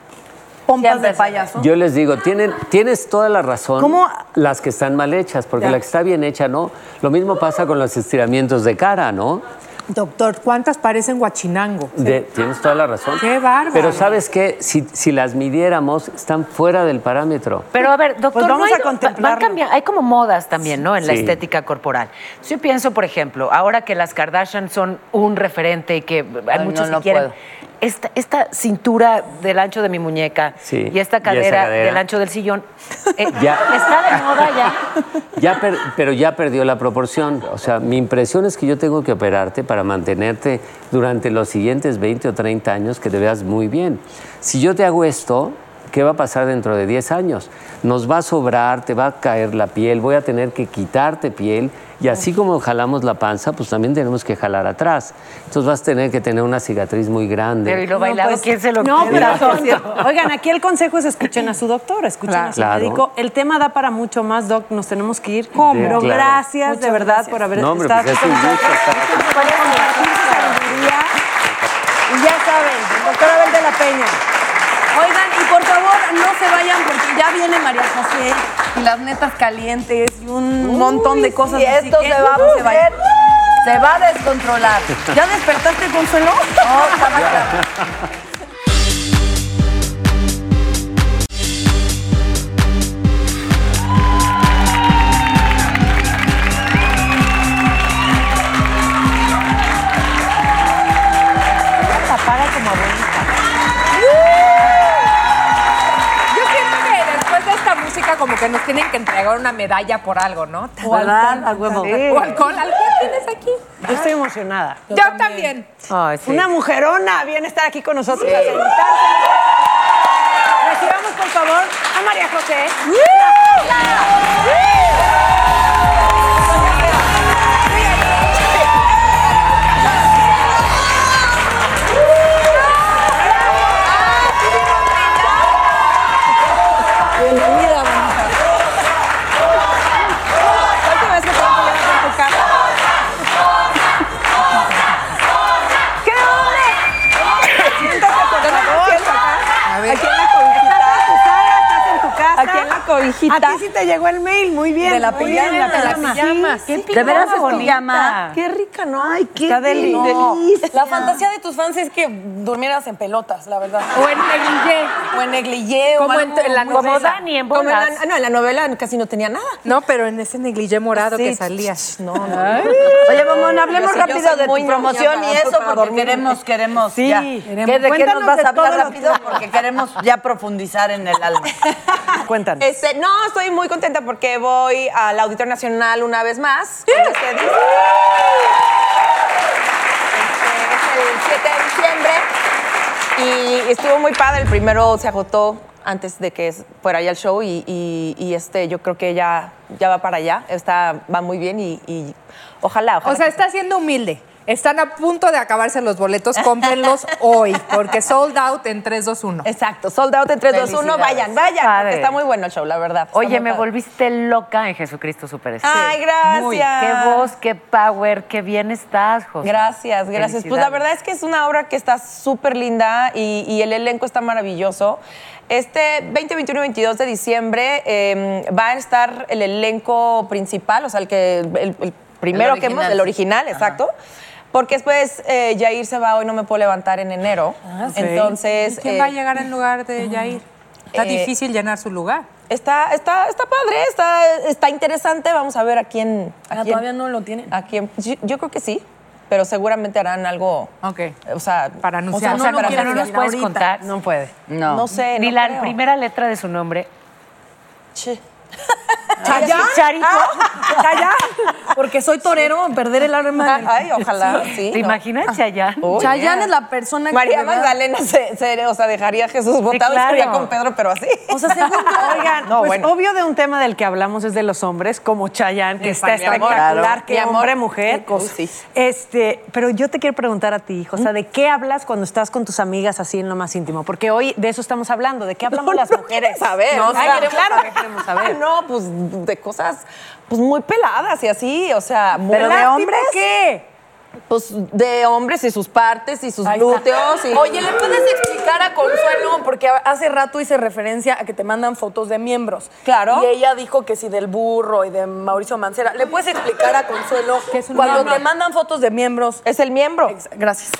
pompas de payaso.
Yo les digo, tienen, tienes toda la razón
¿Cómo?
las que están mal hechas, porque
Ya.
la que está bien hecha, ¿no? Lo mismo pasa con los estiramientos de cara, ¿no?
Doctor, ¿cuántas parecen guachinango?
De- tienes toda la razón.
Qué bárbaro.
Pero sabes qué, si, si las midiéramos, están fuera del parámetro.
Pero a ver, doctor,
Pues vamos
¿no hay,
a contemplarlo.
van cambiando- hay como modas también, ¿no? En la
Sí.
estética corporal. Si yo pienso, por ejemplo, ahora que las Kardashian son un referente y que hay
no,
muchos
no
que quieren.
puedo.
Esta, esta cintura del ancho de mi muñeca
Sí,
y esta
y esa
cadera,
cadera.
del ancho del sillón, eh,
Ya.
está de moda ya.
Ya per- pero ya perdió la proporción. O sea, mi impresión es que yo tengo que operarte para mantenerte durante los siguientes 20 o 30 años que te veas muy bien. Si yo te hago esto, ¿qué va a pasar dentro de 10 años? Nos va a sobrar, te va a caer la piel, voy a tener que quitarte piel. Y así como jalamos la panza, pues también tenemos que jalar atrás. Entonces vas a tener que tener una cicatriz muy grande.
Pero y lo bailado, ¿quién se lo
No,
quita?
pero Oigan, aquí el consejo es escuchen a su doctor, escuchen a su
Claro.
médico. El tema da para mucho más, doc. Nos tenemos que ir.
¿Cómo?
Pero
Claro.
gracias, de verdad, por haber
No, hombre,
estado
pues es
con
un gusto
nosotros.
estar aquí.
Y ya saben, doctora Abel de la Peña.
Oigan, y por favor, no se vayan porque ya viene María José y las netas calientes y un montón de cosas.
Y
así
esto
que
se va a
no se
poner-
vayan.
Se va a descontrolar.
¿Ya despertaste, Consuelo?
La para como abuelita.
Yo siento que después de esta música como que nos tienen que entregar una medalla por algo, ¿no?
O alcohol, a huevo.
O alcohol, alcohol tienes aquí.
Yo estoy emocionada.
Yo también.
Una mujerona viene a estar aquí con nosotros. a sentarse. Recibamos, por favor, a María José. Bienvenida, bonita. La última vez que te voy a poner acá en tu casa. ¿Qué onda? Siento
México, hijita. A ti sí te llegó el mail, muy bien.
De la
muy
pijama,
bien,
de la pijama.
Sí,
¿Qué pijama bonita?
Qué rica, ¿no? Ay, qué
Está deli-
delicia.
La fantasía de tus fans es que durmieras en pelotas, la verdad.
O en negligé.
O en negligé. o
Como en-
algo
en la
muy-
novela.
como
Como en la-
bolas.
no, en la novela casi no tenía nada.
No, pero en ese negligé morado
Sí,
que salía. No, no.
Oye, mamón, hablemos
Yo sí, yo
rápido
soy
de
muy
tu promoción
ñoña
y eso,
para
porque
dormir.
queremos, queremos.
Sí,
ya.
queremos.
¿Qué- ¿De qué
Cuéntanos
nos vas
de
a hablar
todo lo
rápido? Porque queremos ya profundizar en el alma. Cuéntanos.
Este, no, estoy muy contenta porque voy al Auditor Nacional una vez más. con ustedes. Este, Este, es el 7 de diciembre. Y estuvo muy padre. El primero se agotó antes de que fuera ya el show. Y, y- y, este, yo creo que ya, ya va para allá. Está, va muy bien y, y ojalá, ojalá.
O sea, está siendo humilde. Están a punto de acabarse los boletos, cómprenlos hoy, porque sold out en 3, 2, 1.
Exacto, sold out en 3, 2, 1, vayan, vayan,
Padre.
porque está muy bueno el show, la verdad. Está
Oye,
muy
me
padre.
volviste loca en Jesucristo
Este.
Superestrella.
Ay, gracias.
Muy. Qué voz, qué power, qué bien estás, José.
Gracias, gracias. Pues la verdad es que es una obra que está súper linda y, y el elenco está maravilloso. Este 20, 21 y 22 de diciembre eh, va a estar el elenco principal, o sea, el, que, el, el primero
El
que hemos,
original.
el original,
Ajá.
exacto. Porque después eh, Yair se va, hoy no me puedo levantar en enero.
Ah, sí.
Entonces.
¿Y quién
eh,
va a llegar en lugar de Yair? Está
Eh,
difícil llenar su lugar.
Está, está, está padre, está, está interesante. Vamos a ver a quién. A
Ah,
quién-
todavía no lo tienen.
¿A quién? Yo, yo creo que sí, pero seguramente harán algo.
Ok.
O sea, para
anunciar. O sea, pero no nos puedes contar.
No puede.
No.
No sé.
Ni
no
la
creo.
primera letra de su nombre.
Che.
¿Chayán?
¿Charito?
Ah, ¿Chayán? Porque soy torero, perder el alma.
Ay, ojalá, sí,
¿Te
no.
Ah.
imaginas, Chayán?
Uy.
Chayán es la persona que
María
de verdad-
Magdalena se, se- o sea, dejaría a Jesús botado
claro.
y estaría con Pedro, pero así.
O sea, según yo-
Oigan,
No,
no,
pues,
bueno.
Obvio de un tema del que hablamos es de los hombres, como Chayanne, que
Mi
está
amor.
espectacular,
Claro. Mi
que
amor.
hombre, mujer.
Qué cosa. Uy, sí.
Este, pero yo te quiero preguntar a ti, o sea, ¿de qué hablas cuando estás con tus amigas así en lo más íntimo? Porque hoy de eso estamos hablando, ¿de qué hablamos las mujeres?
saber.
No,
o sea,
claro,
claro.
saber, queremos saber.
No, pues de cosas pues muy peladas y así, o sea, muy
¿Pero de
¿Peladas
hombres?
tipo ¿Qué? Pues de hombres y sus partes y sus
Ahí está.
glúteos y
Oye, ¿le puedes explicar a Consuelo? Porque hace rato hice referencia a que te mandan fotos de miembros.
Claro.
Y ella dijo que sí del burro y de Mauricio Mancera. ¿Le puedes explicar a Consuelo
es un
cuando
miembro?
te mandan fotos de miembros?
es el miembro.
Gracias.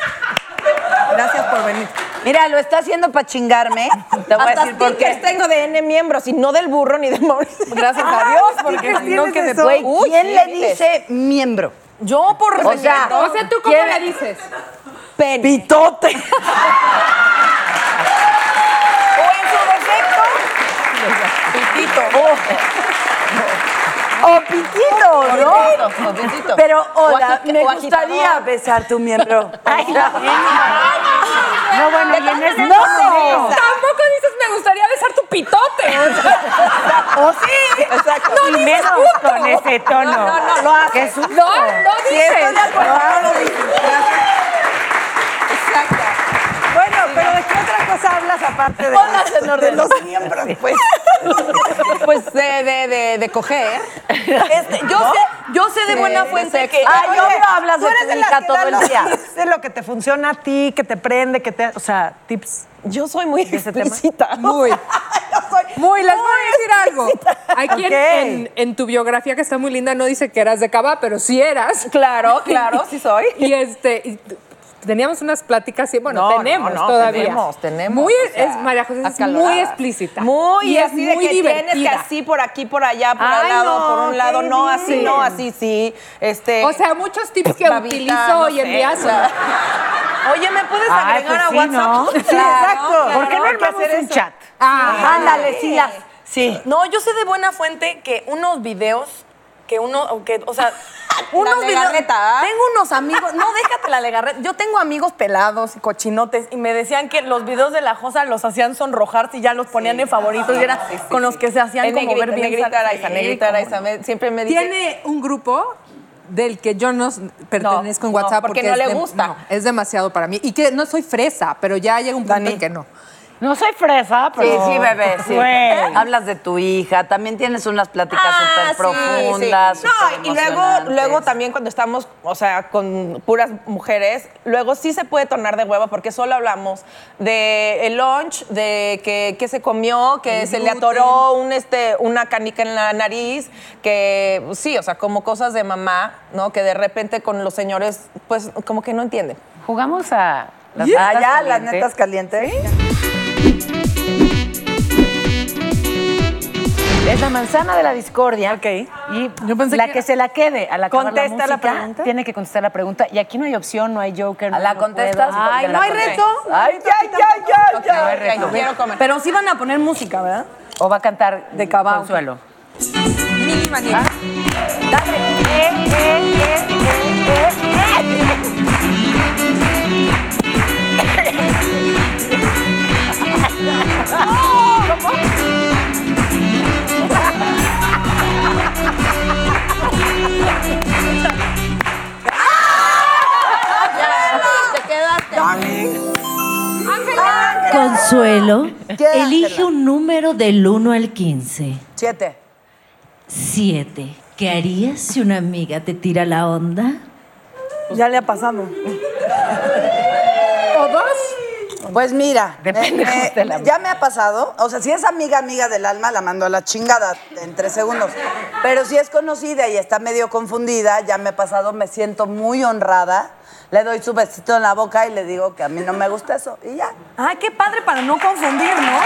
Gracias por venir.
Mira, lo está haciendo para chingarme. Te voy a
Hasta
decir por
stickers
qué.
tengo de N miembros y no del burro ni de Mauricio.
Gracias a Dios, porque si no que me
Güey,
Uy,
¿quién
sí,
le
viste.
dice miembro?
Yo por
O sea,
respeto.
¿tú cómo le dices?
Pene.
Pitote.
O en su defecto, pitito.
Oh.
O piquito, ¿no?
Pitito, o pitito.
Pero
O
hola,
agita-
me
o agitador.
gustaría besar tu miembro.
No, bueno, y en este
No.
Tampoco dices me gustaría besar tu pitote.
¿O sí?
Exacto.
Oh, Y menos con ese tono.
No, no, no, lo hace.
Qué susto.
No, no Ah, dices.
Exacto.
Bueno, pero ¿de qué otra cosa hablas aparte de,
Ponlas en
de
orden.
los miembros?
Pues, pues de, de, de, de coger.
Este, yo, sé, yo sé de
Sí,
buena
de
fuente
sexo.
que.
Ay,
Oye,
yo no hablas
tú
de
eres
tu
de las
hija
que
todo
da
el
los
día.
tips De lo que te funciona a ti, que te prende, que te, o sea, tips.
Yo soy muy
ese tema?
explícita.
Muy.
Yo soy
Muy, les voy a decir algo. Aquí en-
Ok.
en, en tu biografía, que está muy linda, no dice que eras de Cava, pero sí eras.
Claro, claro, sí soy.
Y este. y t- Teníamos unas pláticas, y bueno,
No, no,
tenemos
no,
todavía.
tenemos, tenemos,
Muy,
o sea,
es, María José es
acaloradas.
muy explícita.
Muy,
y
y
es
así de
muy
que
divertida.
tienes que así por aquí, por allá, por
Ay,
al lado,
no,
por un lado,
qué
no,
bien.
así, no, así, sí. Este,
O sea, muchos tips que
babita,
utilizo
no
hoy en
sé,
día
o
son
sea. Oye, ¿me puedes
Ay,
agregar
pues sí,
a WhatsApp?
¿no? Sí, exacto. ¿Por qué no
hay que
armamos un chat?
Ah,
Ándale, sí, las- sí.
No, yo sé de buena fuente que unos videos que uno, o que, o sea, unos videos.
legarreta, ¿ah?
Tengo unos amigos, no déjate la legarreta. Yo tengo amigos pelados y cochinotes y me decían que los videos de la Josa los hacían sonrojarse y ya los ponían en favoritos y era con los que se hacían
En
como
negrita,
ver bien.
negrita Araiza,
Sí,
negrita
cómo
Araiza. me- Siempre me dice.
Tiene un grupo del que yo no s- pertenezco en
no,
WhatsApp
porque no
es
le gusta.
no, es demasiado para mí y que no soy fresa, pero ya llega un punto en que no.
No soy fresa,
Sí,
pero.
sí, bebé, sí.
Güey.
Hablas de tu hija, también tienes unas pláticas súper profundas.
sí. Ah, No, y luego, luego también cuando estamos, o sea, con puras mujeres, luego sí se puede tornar de hueva porque solo hablamos de el lunch, de que, que se comió, que se le atoró un, este, una canica en la nariz, que sí, o sea, como cosas de mamá, ¿no? Que de repente con los señores, pues como que no entienden. Ah,
Jugamos a.
Las netas calientes.
calientes.
Es la manzana de la discordia. Ok.
Y la que, se la quede a la
Contesta la pregunta.
Tiene que contestar la pregunta. Y aquí no hay opción, no hay joker. no-
la
no
contestas?
puedo.
Ay, no hay reto.
Ay, ya, ya, ya, ya.
No hay reto.
Quiero comer.
Pero sí van a poner música, ¿verdad?
O va a cantar de
Cabao.
Consuelo.
Mini manía.
Ah. Dale. Eh, eh, eh, eh, ¡Ah!
Te quedaste.
Consuelo, elige un número del 1 al 15.
Siete.
Siete. ¿Qué harías si una amiga te tira la onda?
Pues Ya le ha pasado.
¿O dos? Pues mira,
Depende
me-
cómo esté la
me- ya me ha pasado. O sea, si es amiga, amiga del alma, la mando a la chingada en tres segundos. Pero si es conocida y está medio confundida, ya me ha pasado, me siento muy honrada. Le doy su besito en la boca y le digo que a mí no me gusta eso. Y ya.
Ah, qué padre para no confundir, ¿no?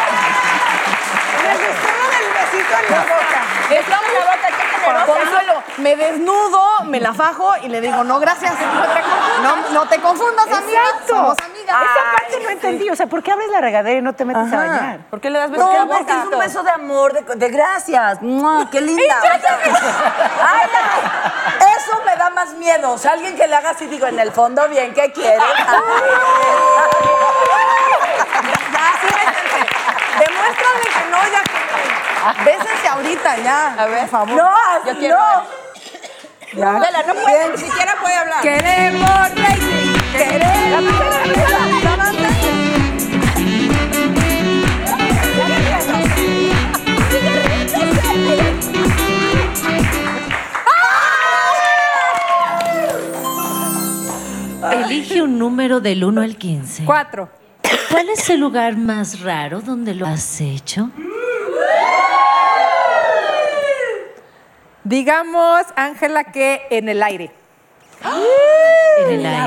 Besito en la boca.
Besito en la boca, qué
generosa.
Consuelo, me desnudo, me la fajo y le digo, no, gracias. No, no te confundas, amiga.
Exacto.
Somos amigas.
Esa parte no entendí. O sea, ¿por qué abres la regadera y no te metes a bañar?
¿Por qué le das
No, porque es un beso de amor, de, de gracias. ¡Mua! ¡Qué linda! Ay, ay, eso me da más miedo. O sea, alguien que le haga así, digo, en el fondo, bien, ¿qué quieres?
¡Ah!
Demuéstrame que no, ya. Bésense ahorita, ya. A ver, por favor.
No,
yo
quiero
no. Ya.
Vela, no puede, ni siquiera puede hablar.
Queremos racing, queremos racing.
gitu.
Elige un número del 1 al 15.
Cuatro.
¿Cuál es el lugar más raro donde lo has hecho?
Digamos, Ángela, que en el aire.
¿En el aire?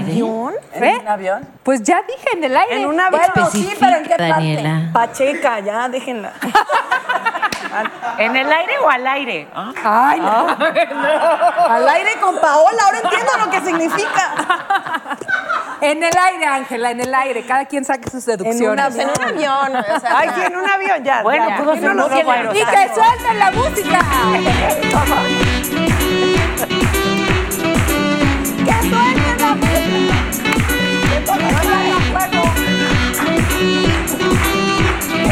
¿Eh?
avión?
Pues ya dije en el aire.
En
un
avión. Bueno, sí, pero ¿en qué parte?
Daniela.
Pacheca, ya, déjenla.
¿En el aire o al aire? Ah,
Ay, no. Al aire con Paola, ahora entiendo lo que significa.
En el aire, Ángela, en el aire. Cada quien saque sus deducciones.
En un avión. En un avión, o sea,
Ay,
ya.
sí, en un avión, ya.
Bueno, pues
ya.
pudo
Que
ser
pues, no
un
nos
poco
quieran. Y
aerostático.
que suelten la música.
¡Que suelte la música! ¡Que ponga fuego, fuego!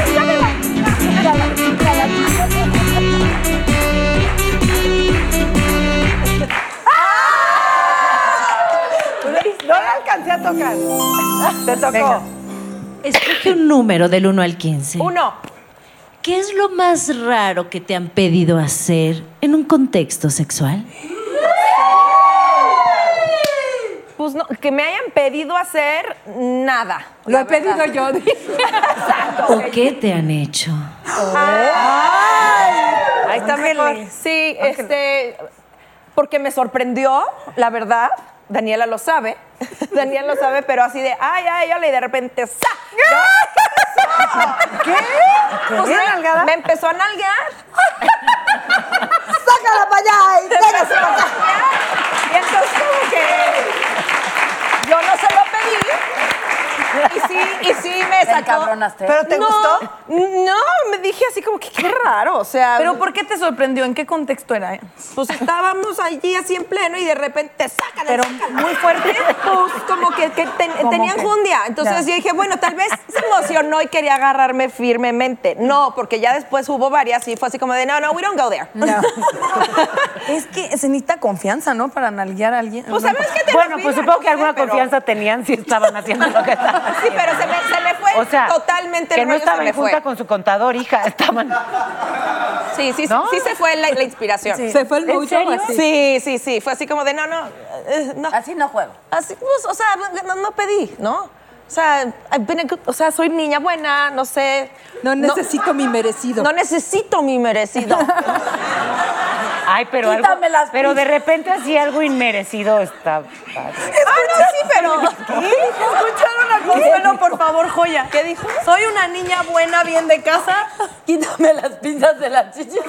¡Échale la- la- la- la- la-
Ah.
No la alcancé a tocar. Te tocó.
Escoge un número del 1 al 15.
Uno.
¿Qué es lo más raro que te han pedido hacer en un contexto sexual?
Pues no, que me hayan pedido hacer nada. Lo he pedido yo.
¿O qué te han hecho?
Oh.
Ahí está mejor. Sí, este, porque me sorprendió, la verdad. Daniela lo sabe. Daniela lo sabe, pero así de, ay, ay, ay, y de repente, ¡sa! ¿Qué?
¿Te dio nalgada?
me empezó a nalgar.
¡Sácala para allá! ¡Y tráigase para acá!
Y entonces como que yo no se lo pedí. Y sí, y sí me
¿Te
sacó.
encabronaste?
¿Pero te
No,
gustó?
No, me dije así como que qué raro, o sea.
¿Pero por qué te sorprendió? ¿En qué contexto era?
Pues estábamos allí así en pleno y de repente sacan Pero muy fuerte, pues como que, que ten-
¿Cómo
tenían
que?
jundia. Entonces
Ya.
yo dije, bueno, tal vez se emocionó y quería agarrarme firmemente. No, porque ya después hubo varias y fue así como de, no, no, we don't go there.
Es que se necesita confianza, ¿no? Para nalguear a alguien.
Pues, ¿sabes qué? Te
bueno,
lo
pues
pido.
supongo que alguna
Sí, pero-
confianza tenían si estaban haciendo lo que estaban
Sí, pero se me, se me fue
o sea,
totalmente el
que no
rollo se
estaba
me
en junta
fue.
con su contador, hija, estaban.
Sí, sí,
¿No?
sí se fue la, la inspiración.
Sí. ¿Se fue el ¿En mojo serio? así?
Sí, sí, sí. Fue así como de, no, no, eh, no.
Así no juego.
Así, pues, o sea, no, no pedí, ¿no? O sea, I've been a good- o sea, soy niña buena, no sé. No
necesito
mi merecido. No necesito mi merecido.
Ay, pero algo,
Quítame las
pero de
pinzas.
repente así algo inmerecido está.
Ah, no, sí, pero.
¿Escucharon a Consuelo, por favor, joya? ¿Qué dijo? Soy una niña buena, bien de casa. Quítame las pinzas de las chichis.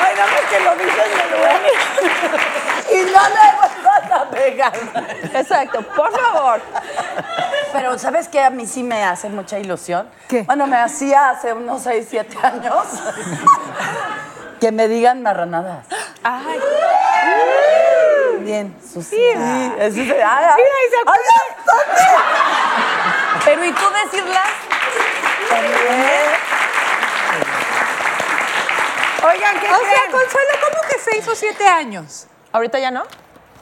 Ay, nada más que lo dije en el lugar. Y no le vas a pegar.
Exacto, por favor.
Pero ¿sabes qué? A mí sí me hace mucha ilusión. ¿Qué? Bueno, me hacía hace unos 6, 7 años que me digan marranadas.
Ay.
Bien, Susi.
Sí,
eso se-
ay,
ay,
ahí se
ay, ay, Susi.
Pero ¿y tú decirlas?
Oigan, ¿qué
O sea,
Consuelo, ¿cómo que se hizo siete años? ¿Ahorita ya no?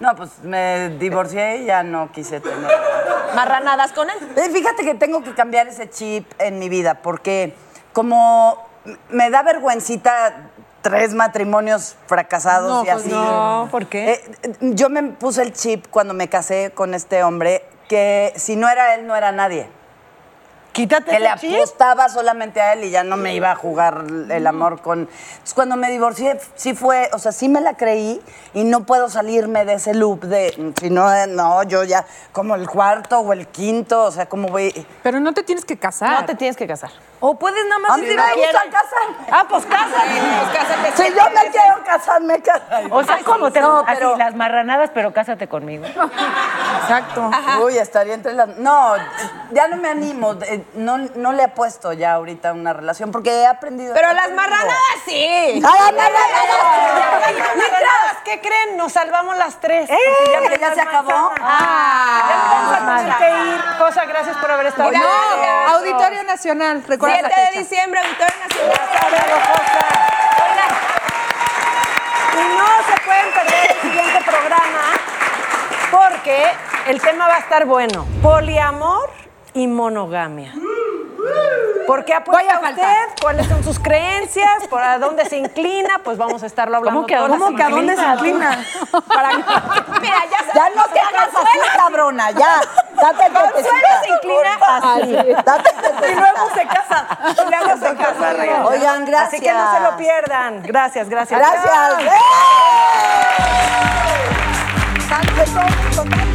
No, pues me divorcié y ya no quise tener. Eh,
¿Marranadas con él?
fíjate que tengo que cambiar ese chip en mi vida porque como me da vergüencita tres matrimonios fracasados
No,
y
pues
así.
no, ¿por qué?
Eh, eh, yo me puse el chip cuando me casé con este hombre que si no era él, no era nadie. Quítate que le
ese chip.
apostaba solamente a él y ya no me iba a jugar el amor con. Entonces, cuando me divorcié, sí fue, o sea, sí me la creí y no puedo salirme de ese loop de mm, si no, eh, no, yo ya, como el cuarto o el quinto, o sea, como voy.
Pero no te tienes que casar.
No te tienes que casar.
O puedes nada
A mí me gusta casarme.
Ah, pues cásate.
Si yo me quiero casar, me caso.
O sea, ¿cómo te no, así, las marranadas, pero cásate conmigo?
Exacto. Uy, estaría entre las. No, eh, ya no me animo. eh, No, no le apuesto ya ahorita a una relación porque he aprendido.
Pero las marranadas sí.
Ay, ay, ay, ay, ay, ay.
Mientras, ¿qué creen? Nos salvamos las tres. porque
¿Que
me
ya
dio
se
manzana.
acabó?
Ya nos vamos a tener que ir. Cosa, gracias por haber estado
Gracias.
Auditorio Nacional.
7 de diciembre, Auditorio Nacional.
Y no se pueden perder el siguiente programa porque el tema va a estar bueno. Poliamor y monogamia. ¿Por qué apuesta usted? ¿Cuáles son sus creencias? ¿Por a dónde se inclina? Pues vamos a estarlo hablando.
que a
todas
dónde
las
se
semanas.
inclina?
Para Mira, ya sabes,
Ya no te hagas así, cabrona, ya. Date
Consuelo se inclina así.
Date
Y luego se casa. Y luego se casa. regaña.
Oigan, gracias.
Así que no se lo pierdan. Gracias, gracias.
Gracias.
Salve, todos, total.